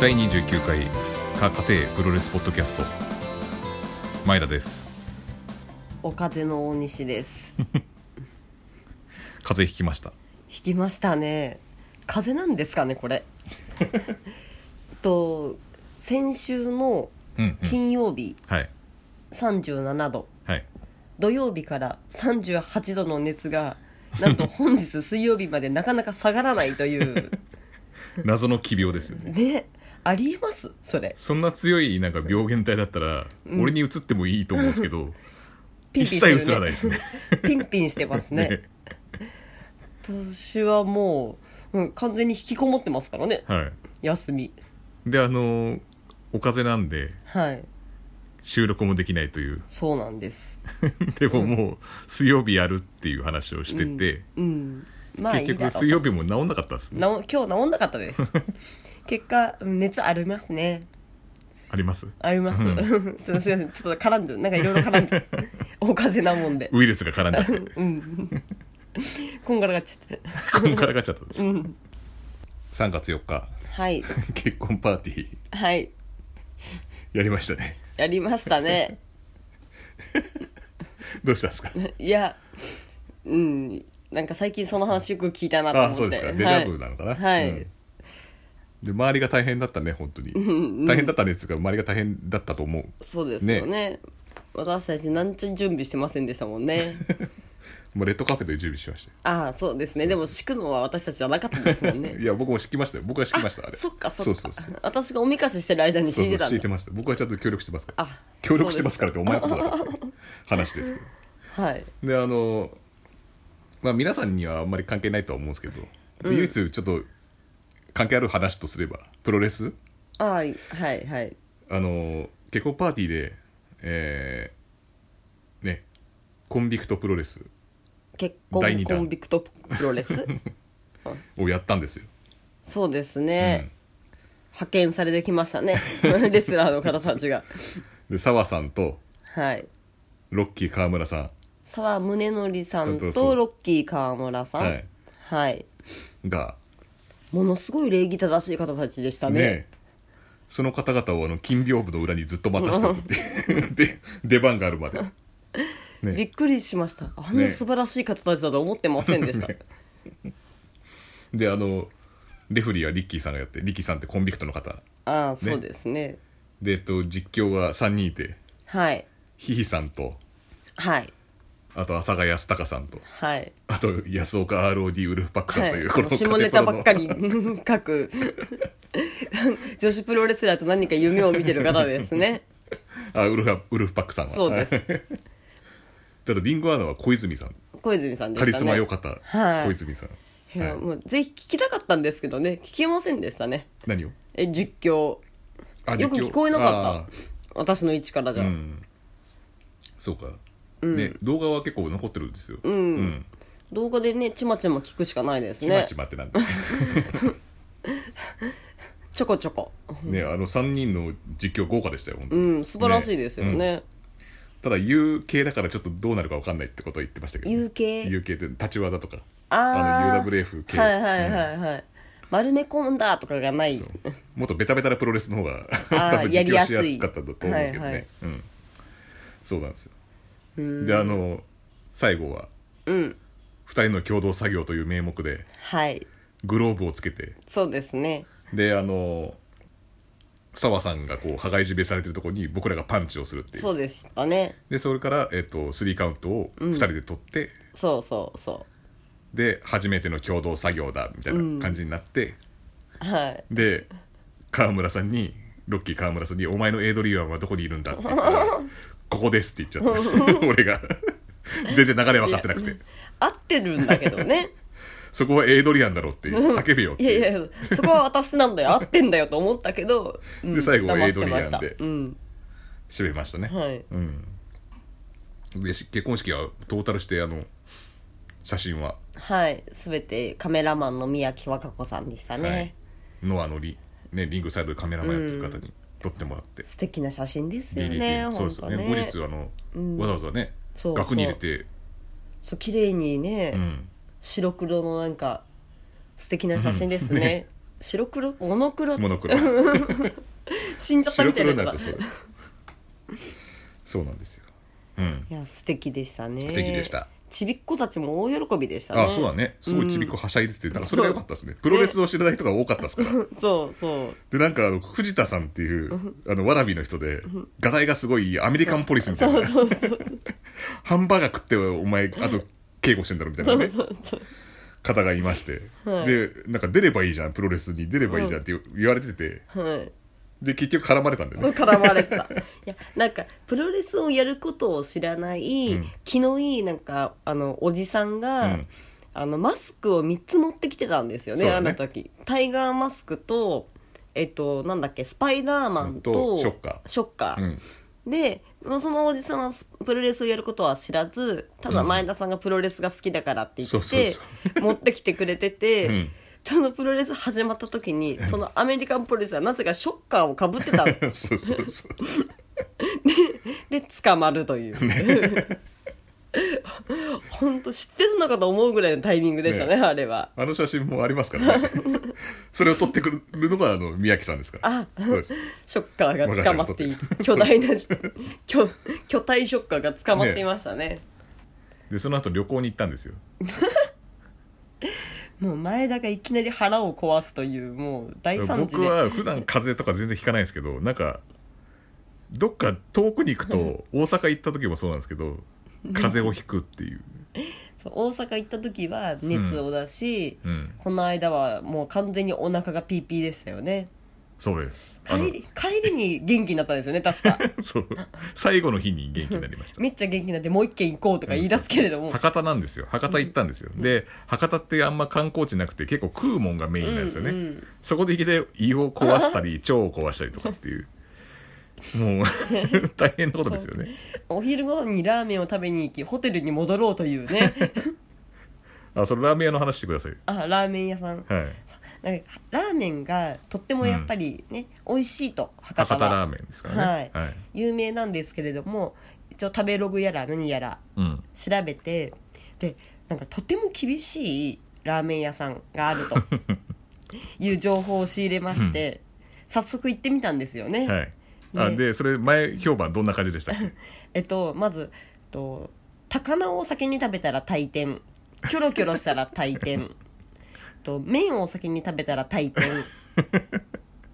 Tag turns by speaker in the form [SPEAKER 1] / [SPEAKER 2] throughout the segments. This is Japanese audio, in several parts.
[SPEAKER 1] 第29回か家庭プロレスポッドキャスト前田です
[SPEAKER 2] お風の大西です。
[SPEAKER 1] 風邪ひきました
[SPEAKER 2] 引きましたね。風邪なんですかね、これ。と、先週の
[SPEAKER 1] うん、うん、
[SPEAKER 2] 金曜日
[SPEAKER 1] はい
[SPEAKER 2] 37度、
[SPEAKER 1] はい
[SPEAKER 2] 土曜日から38度の熱が、な んと本日水曜日までなかなか下がらないという。
[SPEAKER 1] 謎の奇病ですよね
[SPEAKER 2] ね、ありえますそれ。
[SPEAKER 1] そんな強いなんか病原体だったら、
[SPEAKER 2] うん
[SPEAKER 1] 俺に移ってもいいと思うんですけど
[SPEAKER 2] ピ
[SPEAKER 1] 一切移らない
[SPEAKER 2] い
[SPEAKER 1] ですね
[SPEAKER 2] ピンピンしてます ね。私はもう、うん、完全に引きこもってますからね、
[SPEAKER 1] は
[SPEAKER 2] 休み。
[SPEAKER 1] いであのーお風邪なんで
[SPEAKER 2] はい、
[SPEAKER 1] 収録もできないという
[SPEAKER 2] そうなんです。
[SPEAKER 1] でももう水曜日やるっていう話をしてて、
[SPEAKER 2] うん、うん、まあいい
[SPEAKER 1] 結
[SPEAKER 2] だろう
[SPEAKER 1] 局水曜日も治んなかったですね
[SPEAKER 2] なお今日治んなかったです 結果うん熱ありますね
[SPEAKER 1] あります
[SPEAKER 2] あります、
[SPEAKER 1] う
[SPEAKER 2] ちょっとすいませんちょっと絡んでなんかいろいろ絡んで お風邪なもんで
[SPEAKER 1] ウイルスが絡んじゃって
[SPEAKER 2] うんこんがらがっちゃって
[SPEAKER 1] こんからがっちゃったんです
[SPEAKER 2] うん
[SPEAKER 1] 3月4日
[SPEAKER 2] はい
[SPEAKER 1] 結婚パーティー
[SPEAKER 2] はい
[SPEAKER 1] やりましたね
[SPEAKER 2] やりましたね
[SPEAKER 1] どうしたんですか
[SPEAKER 2] いやうんなんか最近その話よく聞いたなと思
[SPEAKER 1] あ
[SPEAKER 2] って
[SPEAKER 1] そうですかデジ
[SPEAKER 2] はい
[SPEAKER 1] ャブなのかな
[SPEAKER 2] はい
[SPEAKER 1] うんで周りが大変だったね本当に大変だったねっていうか周りが大変だったと思う
[SPEAKER 2] そうですよね私たちなんちゃ準備してませんでしたも んね
[SPEAKER 1] もうレッドカーペットで準備しましたよ
[SPEAKER 2] ああそうですねでも敷くのは私たちじゃなかったですもんね
[SPEAKER 1] いや僕も敷きましたよ僕は敷きましたあれ
[SPEAKER 2] そっかそっ
[SPEAKER 1] う
[SPEAKER 2] か
[SPEAKER 1] そうそう
[SPEAKER 2] 私がおめかししてる間に
[SPEAKER 1] そう
[SPEAKER 2] 聞い
[SPEAKER 1] そ
[SPEAKER 2] て
[SPEAKER 1] う
[SPEAKER 2] たん
[SPEAKER 1] 敷い
[SPEAKER 2] だ
[SPEAKER 1] てました僕はちゃんと協力してますから
[SPEAKER 2] あ
[SPEAKER 1] 協力してますからって
[SPEAKER 2] そ
[SPEAKER 1] お
[SPEAKER 2] う
[SPEAKER 1] 前
[SPEAKER 2] で
[SPEAKER 1] のことだからって話ですけ
[SPEAKER 2] すはい
[SPEAKER 1] どであのまあ皆さんにはあんまり関係ないとは思うんですけど唯一ちょっと関係ある話とすればプロレス
[SPEAKER 2] あはいはいはい
[SPEAKER 1] あの結婚パーティーでえーねコンビクトプロレス
[SPEAKER 2] 結
[SPEAKER 1] 第
[SPEAKER 2] 婚
[SPEAKER 1] 二
[SPEAKER 2] コ
[SPEAKER 1] 弾
[SPEAKER 2] ンビクトプロ レス
[SPEAKER 1] をやったんですよ、
[SPEAKER 2] そうですね、派遣されてきまし たねレスラーの方たちが
[SPEAKER 1] で澤さんと
[SPEAKER 2] はい
[SPEAKER 1] ロッキー川村さ
[SPEAKER 2] 沢宗則さん
[SPEAKER 1] そうそう
[SPEAKER 2] とロッキー川村さん
[SPEAKER 1] は
[SPEAKER 2] はいい、
[SPEAKER 1] んが
[SPEAKER 2] ものすごい礼儀正しい方たちでした
[SPEAKER 1] ね
[SPEAKER 2] ね
[SPEAKER 1] その方々をあの金屏風の裏にずっと待たしておくって いうで出番があるまで
[SPEAKER 2] びっくりしましたあん
[SPEAKER 1] ね
[SPEAKER 2] な素晴らしい方たちだと思ってません でした、
[SPEAKER 1] であのレフェリーはリッキーさんがやってリッキーさんってコンビクトの方
[SPEAKER 2] ああそうですね
[SPEAKER 1] で、えっと、実況は3人いて
[SPEAKER 2] はい
[SPEAKER 1] ヒヒさんと
[SPEAKER 2] はい
[SPEAKER 1] あと浅賀康隆さんと
[SPEAKER 2] はい
[SPEAKER 1] あと安岡 ROD ウルフパックさんという、
[SPEAKER 2] はい、下ネタばっかり 書く女子プロレスラーと何か夢を見てる方ですね
[SPEAKER 1] あウルフウルフパックさんは
[SPEAKER 2] そうです
[SPEAKER 1] だとリンゴアナは小泉さん、
[SPEAKER 2] 小泉さんで
[SPEAKER 1] カ
[SPEAKER 2] したね
[SPEAKER 1] リスマよかった、
[SPEAKER 2] はい
[SPEAKER 1] 小泉さん、
[SPEAKER 2] いや
[SPEAKER 1] はい
[SPEAKER 2] もうぜひ聞きたかったんですけどね聞けませんでしたね
[SPEAKER 1] 何を
[SPEAKER 2] え実況
[SPEAKER 1] あ
[SPEAKER 2] よく
[SPEAKER 1] 実況
[SPEAKER 2] 聞こえな
[SPEAKER 1] あ
[SPEAKER 2] か
[SPEAKER 1] ー
[SPEAKER 2] った私の位置からじゃ、
[SPEAKER 1] うんそうか、ね動画は結構残ってるんですよ、うん
[SPEAKER 2] 動画でねちまちま聞くしかないです
[SPEAKER 1] ちま
[SPEAKER 2] ね
[SPEAKER 1] ちまってなん だ、
[SPEAKER 2] ちょこちょこ
[SPEAKER 1] ねあの3人の実況豪華でしたよ本当
[SPEAKER 2] う
[SPEAKER 1] に、
[SPEAKER 2] ん素晴らしいですよね
[SPEAKER 1] ねただ U 系だからちょっとどうなるか分かんないってことは言ってましたけど、
[SPEAKER 2] 有形
[SPEAKER 1] U 系って立ち技とか
[SPEAKER 2] あー
[SPEAKER 1] あの UWF 系、
[SPEAKER 2] はいはいはいはい、丸め込んだとかがない
[SPEAKER 1] もっとベタベタなプロレスの方が
[SPEAKER 2] あー
[SPEAKER 1] 多分実
[SPEAKER 2] やり
[SPEAKER 1] 況し
[SPEAKER 2] やすい
[SPEAKER 1] やすかったんだと思うけどね、
[SPEAKER 2] はいはい
[SPEAKER 1] うん、そうなんですよであの最後は
[SPEAKER 2] うん
[SPEAKER 1] 2人の共同作業という名目で
[SPEAKER 2] はい
[SPEAKER 1] グローブをつけて
[SPEAKER 2] そうですね
[SPEAKER 1] であの澤さんがこう羽交い締めされてるところに僕らがパンチをするっていう
[SPEAKER 2] そうでしたね
[SPEAKER 1] でそれから、えっと3カウントを2人で取って、
[SPEAKER 2] そうそうそ
[SPEAKER 1] で初めての共同作業だみたいな感じになって、
[SPEAKER 2] うはい
[SPEAKER 1] で川村さんにロッキー川村さんに「お前のエイドリアンはどこにいるんだ」って言ったら「ここです」って言っちゃったんで す俺が全然流れ分かってなくて
[SPEAKER 2] 合ってるんだけ どね
[SPEAKER 1] そこはエイドリアンだろうっていう叫べよって
[SPEAKER 2] い
[SPEAKER 1] いう
[SPEAKER 2] やいやそこは私なんだよ合ってんだよと思ったけど、うん
[SPEAKER 1] で最後は
[SPEAKER 2] 黙ってまし
[SPEAKER 1] エ
[SPEAKER 2] た
[SPEAKER 1] イドリアンで
[SPEAKER 2] うん
[SPEAKER 1] 締めましたね、
[SPEAKER 2] はい、
[SPEAKER 1] でし結婚式はトータルしてあの写真は
[SPEAKER 2] はい、全てカメラマンの宮城和歌子さんでしたね、
[SPEAKER 1] はいノアのリ,、ね、リングサイドでカメラマンやってる方に撮ってもらって、
[SPEAKER 2] 素敵な写真ですよ
[SPEAKER 1] DDT
[SPEAKER 2] ね
[SPEAKER 1] そう
[SPEAKER 2] 本
[SPEAKER 1] ですよ
[SPEAKER 2] 当
[SPEAKER 1] ね
[SPEAKER 2] ね
[SPEAKER 1] 後日あの、わざわざね
[SPEAKER 2] そうそう
[SPEAKER 1] 額に入れて
[SPEAKER 2] そう綺麗にね、
[SPEAKER 1] うん
[SPEAKER 2] 白黒のなんか素敵な写真ですね 白黒モノクロ
[SPEAKER 1] モノクロ
[SPEAKER 2] 死んじゃった
[SPEAKER 1] 白
[SPEAKER 2] みたい
[SPEAKER 1] 黒に
[SPEAKER 2] な
[SPEAKER 1] な
[SPEAKER 2] や
[SPEAKER 1] ると
[SPEAKER 2] つだ
[SPEAKER 1] そうそうなんですようん
[SPEAKER 2] いや素敵でしたね
[SPEAKER 1] 素敵でした
[SPEAKER 2] ちびっ子たちも大喜びでしたね
[SPEAKER 1] あそうだねすごいちびっこはしゃいでてなんかそれが良かったですねプロレスを知らない人が多かったですから
[SPEAKER 2] そうそう
[SPEAKER 1] でなんかあの藤田さんっていうあのわらびの人で画題がすごいアメリカンポリスみたい
[SPEAKER 2] そう
[SPEAKER 1] な
[SPEAKER 2] そうそう
[SPEAKER 1] ハンバーガー食ってお前あと稽古してんだろみたい
[SPEAKER 2] そ
[SPEAKER 1] な
[SPEAKER 2] う
[SPEAKER 1] ね
[SPEAKER 2] そうそう
[SPEAKER 1] 方がいまして
[SPEAKER 2] はい
[SPEAKER 1] でなんか出ればいいじゃんプロレスに出ればいいじゃんって言われてて
[SPEAKER 2] はい
[SPEAKER 1] で結局絡まれたんだよ
[SPEAKER 2] そう
[SPEAKER 1] ね
[SPEAKER 2] 絡まれてた いやなんかプロレスをやることを知らない、
[SPEAKER 1] うん
[SPEAKER 2] 気のいいなんかあのおじさんが、
[SPEAKER 1] うん
[SPEAKER 2] あのマスクを3つ持ってきてたんですよね
[SPEAKER 1] そうだ
[SPEAKER 2] あ
[SPEAKER 1] ね
[SPEAKER 2] の時タイガーマスクとえっとなんだっけスパイダーマンと
[SPEAKER 1] とショッカー
[SPEAKER 2] ショッカー
[SPEAKER 1] うん
[SPEAKER 2] でまあそのおじさんはスプロレスをやることは知らずただ前田さんがプロレスが好きだからって言
[SPEAKER 1] そう
[SPEAKER 2] っ
[SPEAKER 1] そう
[SPEAKER 2] て
[SPEAKER 1] そ
[SPEAKER 2] 持ってきてくれてて、
[SPEAKER 1] うん
[SPEAKER 2] そのプロレス始まった時にそのアメリカンプロレスはなぜかショッカーをかぶってたの
[SPEAKER 1] そうそうそう
[SPEAKER 2] で捕まるという。 本当知ってるのかと思うぐらいのタイミングでしたねあれは。
[SPEAKER 1] あの写真もありますから ねそれを撮ってくるのがあの宮城さんですから
[SPEAKER 2] あ
[SPEAKER 1] そうです
[SPEAKER 2] ショッカーが捕まってい
[SPEAKER 1] 若ちゃんが撮ってる
[SPEAKER 2] 巨大な巨巨体ショッカーが捕まっていましたね
[SPEAKER 1] でその後旅行に行ったんですよ
[SPEAKER 2] もう前田がいきなり腹を壊すというもう大惨事
[SPEAKER 1] 僕
[SPEAKER 2] で
[SPEAKER 1] は普段風邪とか全然ひかないんですけどなんかどっか遠くに行くと大阪行った時もそうなんですけど風邪をひくっていう、
[SPEAKER 2] そう大阪行った時は熱を出し、
[SPEAKER 1] うん、
[SPEAKER 2] この間はもう完全にお腹がピーピーでしたよね
[SPEAKER 1] そうですあの
[SPEAKER 2] 帰り帰りに元気になったんですよね確か
[SPEAKER 1] そう最後の日に元気になりました
[SPEAKER 2] めっちゃ元気になってもう一軒行こうとか言い出すけれども、
[SPEAKER 1] 博多なんですよ博多行ったんですよで博多ってあんま観光地なくて結構食うもんがメインなんですよね、
[SPEAKER 2] うんうん
[SPEAKER 1] そこでいきなり胃を壊した り腸を壊したりとかっていうもう 大変なことですよね
[SPEAKER 2] お昼ご飯にラーメンを食べに行きホテルに戻ろうというね
[SPEAKER 1] あそのラーメン屋の話してください
[SPEAKER 2] あラーメン屋さん
[SPEAKER 1] はい
[SPEAKER 2] なんかラーメンがとってもやっぱりね、美味しいと博多は
[SPEAKER 1] 博多ラーメンですからねはい、
[SPEAKER 2] 有名なんですけれども一応食べログやら何やら
[SPEAKER 1] うん
[SPEAKER 2] 調べてでなんかとても厳しいラーメン屋さんがあるという情報を仕入れまして、早速行ってみたんですよね。
[SPEAKER 1] はい。あ
[SPEAKER 2] ね
[SPEAKER 1] でそれ前評判どんな感じでしたっけ？
[SPEAKER 2] えっとまずえっと高菜を先に食べたら退店キョロキョロしたら退店えっと麺を先に食べたら 退店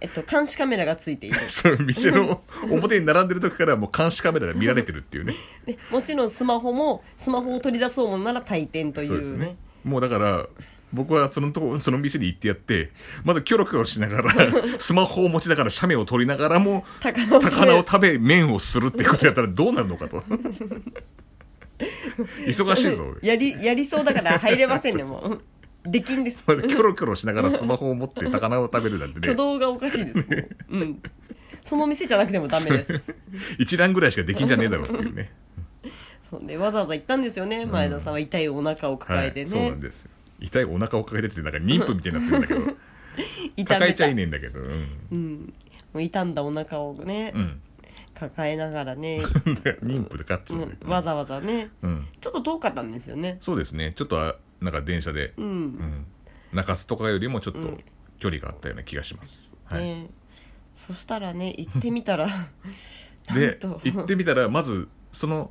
[SPEAKER 2] えっと監視カメラがついている
[SPEAKER 1] そう店 の表に並んでる時からもう監視カメラで見られてるっていうね。
[SPEAKER 2] でもちろんスマホもスマホを取り出そうものなら退店とい
[SPEAKER 1] そうです
[SPEAKER 2] うね
[SPEAKER 1] ね。もうだから。僕はそのとこその店に行ってやってまずキョロキョロしな がらスマホを持ちながら写メを撮りながらも
[SPEAKER 2] 高菜を食べ
[SPEAKER 1] 高菜を食べ麺をするってことやったらどうなるのか と忙しいぞ俺
[SPEAKER 2] やりやりそうだから入れま せんねもうできんです
[SPEAKER 1] ま ずキョロキョロしながらスマホを持って高菜を食べるなんて
[SPEAKER 2] 挙
[SPEAKER 1] ね
[SPEAKER 2] 動がおかしいですもう、うん、その店じゃなくてもダメ です
[SPEAKER 1] 一覧ぐらいしかできんじゃねえだろうっていう ね
[SPEAKER 2] そうねわざわざ行ったんですよね前田さんは痛いお腹を抱えて
[SPEAKER 1] はい、そう
[SPEAKER 2] ね、
[SPEAKER 1] なんですよ痛いお腹を抱えててなんか妊婦みたいになってるんだけど
[SPEAKER 2] 痛
[SPEAKER 1] 抱え
[SPEAKER 2] め
[SPEAKER 1] ちゃ
[SPEAKER 2] た
[SPEAKER 1] いねえんだけどうん、
[SPEAKER 2] うん、もう傷んだお腹をね、
[SPEAKER 1] うん、
[SPEAKER 2] 抱えなが らね、
[SPEAKER 1] 妊婦でガッツ、
[SPEAKER 2] うんわざわざね
[SPEAKER 1] うん、
[SPEAKER 2] ちょっと遠かったんですよね
[SPEAKER 1] そうですねちょっとあなんか電車で、
[SPEAKER 2] う、
[SPEAKER 1] うんん、中洲とかよりもちょっと
[SPEAKER 2] うん
[SPEAKER 1] 距離があったような気がします、はい、
[SPEAKER 2] ねそしたらね行ってみ たら
[SPEAKER 1] で
[SPEAKER 2] なんと
[SPEAKER 1] 行ってみたらまずその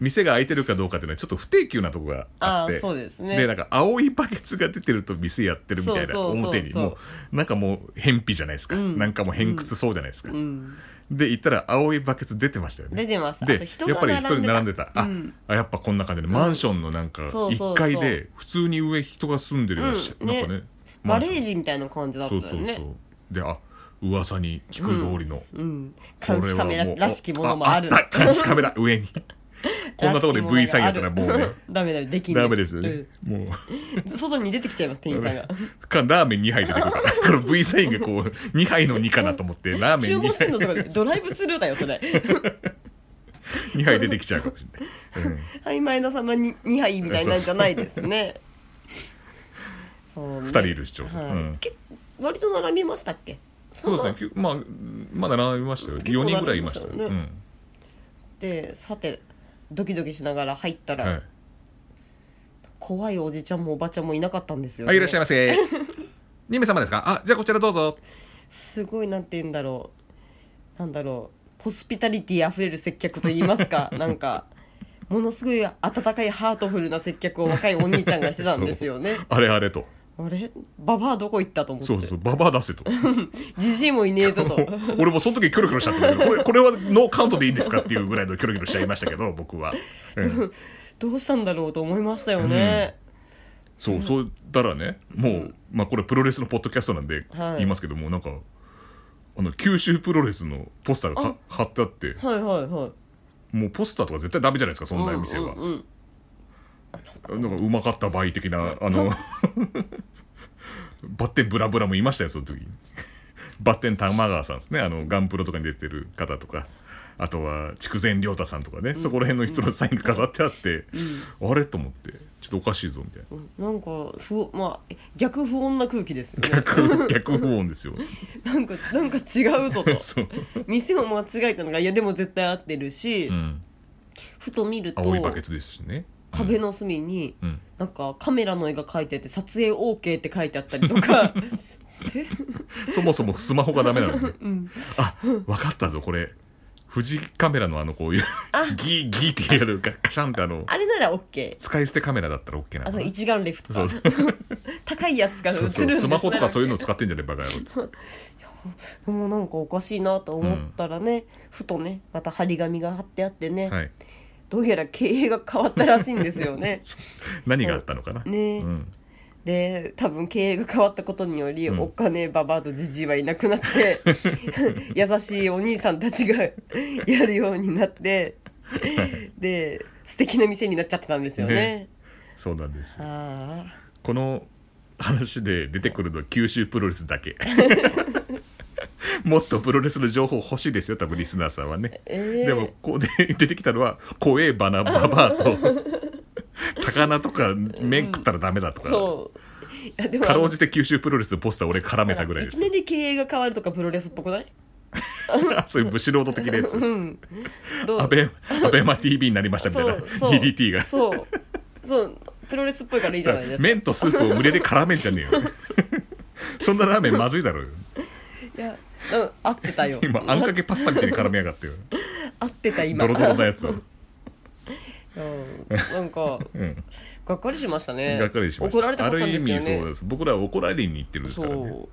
[SPEAKER 1] 店が開いてるかどうかっていうのはちょっと不定休なとこがあ
[SPEAKER 2] あ
[SPEAKER 1] っ
[SPEAKER 2] あ
[SPEAKER 1] て
[SPEAKER 2] そうですね
[SPEAKER 1] でなんか青いバケツが出てると店やってるみたいな
[SPEAKER 2] そうそうそうそう
[SPEAKER 1] 表にもうなんかもう偏僻じゃないですか、
[SPEAKER 2] うん
[SPEAKER 1] なんかもう偏屈そうじゃないですか、
[SPEAKER 2] うん、
[SPEAKER 1] で行ったら青いバケツ出てましたよね
[SPEAKER 2] 出てましたあと
[SPEAKER 1] で
[SPEAKER 2] 人
[SPEAKER 1] やっぱり
[SPEAKER 2] が
[SPEAKER 1] 一人
[SPEAKER 2] 並んでた
[SPEAKER 1] 並んでた、あ
[SPEAKER 2] うん
[SPEAKER 1] あやっぱこんな感じでマンションのなんか
[SPEAKER 2] そうそうそう
[SPEAKER 1] 1階で普通に上人が住んでるようなし、
[SPEAKER 2] うん
[SPEAKER 1] なんかね
[SPEAKER 2] ね
[SPEAKER 1] マ
[SPEAKER 2] ガ
[SPEAKER 1] ンシ
[SPEAKER 2] レ
[SPEAKER 1] ョン
[SPEAKER 2] ージみたいな感じだった
[SPEAKER 1] そ
[SPEAKER 2] よ
[SPEAKER 1] うそ
[SPEAKER 2] ね
[SPEAKER 1] うそうであ噂に聞く通りの、
[SPEAKER 2] うん、
[SPEAKER 1] これ
[SPEAKER 2] 監視カメラらしきものもある
[SPEAKER 1] あった監 視カメラ上 にこんなところで V サインや
[SPEAKER 2] や
[SPEAKER 1] ったらもうね
[SPEAKER 2] ダメだよできん
[SPEAKER 1] ダメですよね、も
[SPEAKER 2] うん外に出てきちゃいます店員さん が
[SPEAKER 1] うかラーメン2杯出てくる からこの V サインがこう2杯の2かなと思ってラーメ
[SPEAKER 2] 注
[SPEAKER 1] ン2
[SPEAKER 2] 文してん
[SPEAKER 1] 杯
[SPEAKER 2] のとかでドライブスルーだよそれ
[SPEAKER 1] 二杯出てきちゃうかもしれ ない、うん
[SPEAKER 2] はい前田様に2杯みたいなんじゃないですね そうね
[SPEAKER 1] 二人いるしちょうど
[SPEAKER 2] はい
[SPEAKER 1] うん
[SPEAKER 2] け割と並びましたっけ
[SPEAKER 1] そうですね
[SPEAKER 2] ね
[SPEAKER 1] きゅ、まあ、うんまだ並びましたよ
[SPEAKER 2] 結構
[SPEAKER 1] 4人ぐらいいましたよ、
[SPEAKER 2] 並びまでさてドキドキしながら入った
[SPEAKER 1] うん
[SPEAKER 2] ら、
[SPEAKER 1] はい
[SPEAKER 2] 怖いおじちゃんもおばちゃんもいなかったんですよ、
[SPEAKER 1] あいらっしゃいませ2名様ですかあじゃあこちらどうぞ
[SPEAKER 2] すごいなんて言うんだろうなんだろうホスピタリティあふれる接客と言います かなんかものすごい温かいハートフルな接客を若いお兄ちゃんがしてたんですよ ね
[SPEAKER 1] あれあれと
[SPEAKER 2] あれババアどこ行ったと思って
[SPEAKER 1] そうそうババア出せと
[SPEAKER 2] ジジイもいねえぞと
[SPEAKER 1] 俺もその時キョロキョロしちゃったんだけどこれこれはノーカウントでいいんですかっていうぐらいのキョロキョロしちゃいましたけど僕は、うん
[SPEAKER 2] どうしたんだろうと思いましたよね、
[SPEAKER 1] そうそうだらねもう、まあ、これプロレスのポッドキャストなんで
[SPEAKER 2] はい
[SPEAKER 1] 言いますけども、なんかあの九州プロレスのポスターがか貼ってあって
[SPEAKER 2] はいはいはい
[SPEAKER 1] もうポスターとか絶対ダメじゃないですかそんな店は、
[SPEAKER 2] うんうんうん
[SPEAKER 1] なんかうまかった場合的なあの バッテンブラブラもいましたよその時バッテン玉川さんですねあのガンプロとかに出てる方とかあとは筑前亮太さんとかね、そこら辺の人のサインが飾ってあって、あれと思ってちょっとおかしいぞみたいな
[SPEAKER 2] うんなんか不まあ逆不穏な空気ですよね
[SPEAKER 1] 逆逆不穏ですよ
[SPEAKER 2] なんかなんか違うぞと
[SPEAKER 1] そう、
[SPEAKER 2] 店を間違えたのがいやでも絶対合ってるし、
[SPEAKER 1] うん、
[SPEAKER 2] ふと見ると
[SPEAKER 1] 青いバケツですしね
[SPEAKER 2] 壁の隅に
[SPEAKER 1] うん、
[SPEAKER 2] なんかカメラの絵が書いてあって撮影 OK って書いてあったりとかえ
[SPEAKER 1] そもそもスマホがダメなの で、あ分かったぞこれ富士カメラのあのこういうギーギーってやるガカシャンってあの
[SPEAKER 2] あれなら OK
[SPEAKER 1] 使い捨てカメラだったら OK なの
[SPEAKER 2] あ
[SPEAKER 1] か
[SPEAKER 2] と
[SPEAKER 1] な
[SPEAKER 2] 一眼レフと
[SPEAKER 1] そう
[SPEAKER 2] か
[SPEAKER 1] そう
[SPEAKER 2] 高いやつが映る
[SPEAKER 1] そ
[SPEAKER 2] ん
[SPEAKER 1] う
[SPEAKER 2] です
[SPEAKER 1] そ
[SPEAKER 2] ね
[SPEAKER 1] うスマホとか そういうの使ってんじゃねえバカ野郎っつって
[SPEAKER 2] もうなんかおかしいなと思ったらね、ふとねまた張り紙が貼ってあってね、
[SPEAKER 1] はい
[SPEAKER 2] どうやら経営が変わったらしいんです よね
[SPEAKER 1] 何があったのかな、
[SPEAKER 2] ね
[SPEAKER 1] うん、
[SPEAKER 2] で多分経営が変わったことにより、
[SPEAKER 1] うん
[SPEAKER 2] お金ババアとじじいはいなくなって 優しいお兄さんたちが やるようになってで素敵な店になっちゃってたんですよね。
[SPEAKER 1] そうなんです
[SPEAKER 2] あ
[SPEAKER 1] この話で出てくるのは九州プロレスだ けもっとプロレスの情報欲しいですよ多分リスナーさんはね、
[SPEAKER 2] ええ
[SPEAKER 1] でもここで出てきたのは「怖えバナババア」と 「高菜とか麺食ったらダメだ」と
[SPEAKER 2] あ
[SPEAKER 1] か、
[SPEAKER 2] そういやでも
[SPEAKER 1] かろうじて九州プロレスのポスター俺絡めたぐらい
[SPEAKER 2] い
[SPEAKER 1] で
[SPEAKER 2] き
[SPEAKER 1] す
[SPEAKER 2] なり経営が変わるとかプロレスっぽくない
[SPEAKER 1] そういう武士ロード的なやつ
[SPEAKER 2] うんどう
[SPEAKER 1] アベアベマ TV になりましたみたいな
[SPEAKER 2] そうそう
[SPEAKER 1] DDT が
[SPEAKER 2] そうそうプロレスっぽいからいいじゃないで すか。
[SPEAKER 1] 麺とスープを無理やり絡めんじゃねえよそんなラーメンまずいだろうよ
[SPEAKER 2] いやうん合ってたよ
[SPEAKER 1] 今あんかけパスタみたいに絡めやがってよ
[SPEAKER 2] 合ってた今
[SPEAKER 1] ドロドロなやつを
[SPEAKER 2] うんなんか、
[SPEAKER 1] ん
[SPEAKER 2] がっかりしましたね
[SPEAKER 1] がっかりしました
[SPEAKER 2] 怒られたかったんですよね
[SPEAKER 1] ある意味そうです僕らは怒られに行ってるんですからね
[SPEAKER 2] そ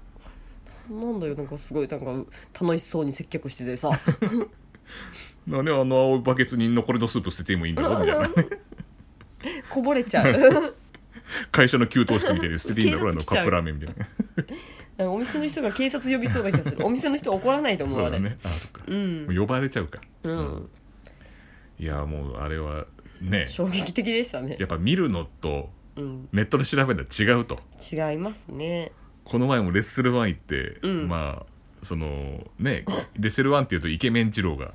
[SPEAKER 2] うなんだよなんかすごいなんかう楽しそうに接客してて さ
[SPEAKER 1] だからねあの青いバケツに残りのスープ捨ててもいいんだろみたいな ね
[SPEAKER 2] こぼれちゃ う
[SPEAKER 1] 会社の給湯室みたいに捨てていいんだろあ
[SPEAKER 2] 警
[SPEAKER 1] のカ
[SPEAKER 2] 察来ちゃう
[SPEAKER 1] ップラーメンみ たいな
[SPEAKER 2] お店の人が警察呼びそうな気がするお店の人怒らないと思
[SPEAKER 1] そう
[SPEAKER 2] あ
[SPEAKER 1] う
[SPEAKER 2] れ
[SPEAKER 1] だねあそっか、もう呼ばれちゃうか
[SPEAKER 2] うん、
[SPEAKER 1] いやもうあれはね
[SPEAKER 2] 衝撃的でしたね
[SPEAKER 1] やっぱ見るのと
[SPEAKER 2] うん
[SPEAKER 1] ネットで調べるのは違うと
[SPEAKER 2] 違いますね
[SPEAKER 1] この前もレッスルワン行って、
[SPEAKER 2] ん
[SPEAKER 1] まあそのねレッスルワンっていうとイケメン二郎が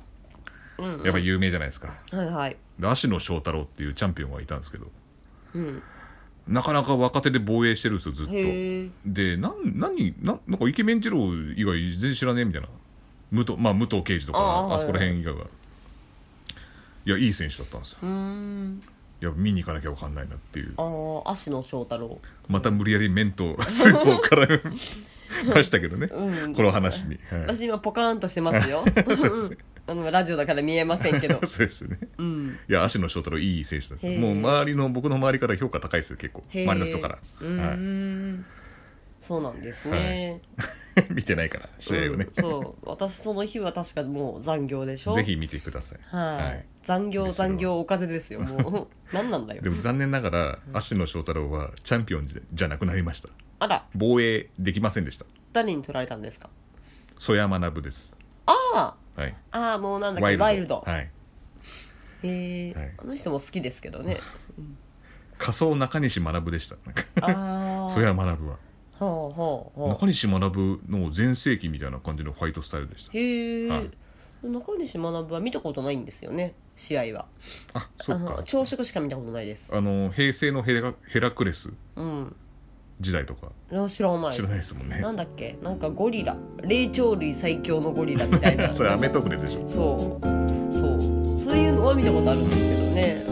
[SPEAKER 2] うんうん
[SPEAKER 1] やっぱ有名じゃないですか、
[SPEAKER 2] はいはい
[SPEAKER 1] で芦野翔太郎っていうチャンピオンがいたんですけど
[SPEAKER 2] うん
[SPEAKER 1] なかなか若手で防衛してるんですよずっと
[SPEAKER 2] へえ
[SPEAKER 1] でなん何なんなんかイケメン二郎以外全然知らねえみたいな武藤,、まあ、武藤刑事とか
[SPEAKER 2] あ
[SPEAKER 1] あ
[SPEAKER 2] あ
[SPEAKER 1] そこら辺以外はいやいい選手だったんですよ
[SPEAKER 2] うーん
[SPEAKER 1] いや見に行かなきゃ分かんないなっていう
[SPEAKER 2] ああ芦野翔太郎
[SPEAKER 1] また無理やり麺とスープを 絡めましたけどね、
[SPEAKER 2] うん
[SPEAKER 1] この話に、はい、
[SPEAKER 2] 私今ポカーンとしてま すよあのラジオだから見えませんけど
[SPEAKER 1] そうですね
[SPEAKER 2] うん
[SPEAKER 1] いや芦野翔太郎いい選手なんですよ
[SPEAKER 2] へー
[SPEAKER 1] もう周りの僕の周りから評価高いですよ結構
[SPEAKER 2] へー
[SPEAKER 1] 周りの人から、
[SPEAKER 2] うーんそうなんですね、
[SPEAKER 1] はい、 見てないから試合をね
[SPEAKER 2] うん、そう私その日は確かもう残業でしょ
[SPEAKER 1] ぜひ見てください、
[SPEAKER 2] はい、残業残業おかぜですよもう 何なんだよ
[SPEAKER 1] でも残念ながら芦野翔太郎はチャンピオンじゃじゃなくなりました
[SPEAKER 2] あら
[SPEAKER 1] 防衛できませんでした
[SPEAKER 2] 誰に取られたんですか
[SPEAKER 1] 曽山学です
[SPEAKER 2] あ
[SPEAKER 1] はい
[SPEAKER 2] あああもうなんだっけワイルド
[SPEAKER 1] はい、
[SPEAKER 2] えー
[SPEAKER 1] はい
[SPEAKER 2] あの人も好きですけど ね
[SPEAKER 1] 仮想中西学でしたなんか
[SPEAKER 2] ああ
[SPEAKER 1] 曽山学は
[SPEAKER 2] ほうほうほ
[SPEAKER 1] 中西学の全盛期みたいな感じのファイトスタイルでした
[SPEAKER 2] うへえ、
[SPEAKER 1] はい
[SPEAKER 2] 中西学は見たことないんですよね試合は
[SPEAKER 1] あそ
[SPEAKER 2] あ
[SPEAKER 1] っ
[SPEAKER 2] の
[SPEAKER 1] か
[SPEAKER 2] 朝食しか見たことないです
[SPEAKER 1] あの平成のヘラヘラクレス
[SPEAKER 2] うん
[SPEAKER 1] 時代とか
[SPEAKER 2] 知らない
[SPEAKER 1] 知らないですもんね
[SPEAKER 2] なんだっけなんかゴリラ霊長類最強のゴ リラみたいな
[SPEAKER 1] それアメトークですでしょ
[SPEAKER 2] そうそうそういうのは見たことあるんですけどね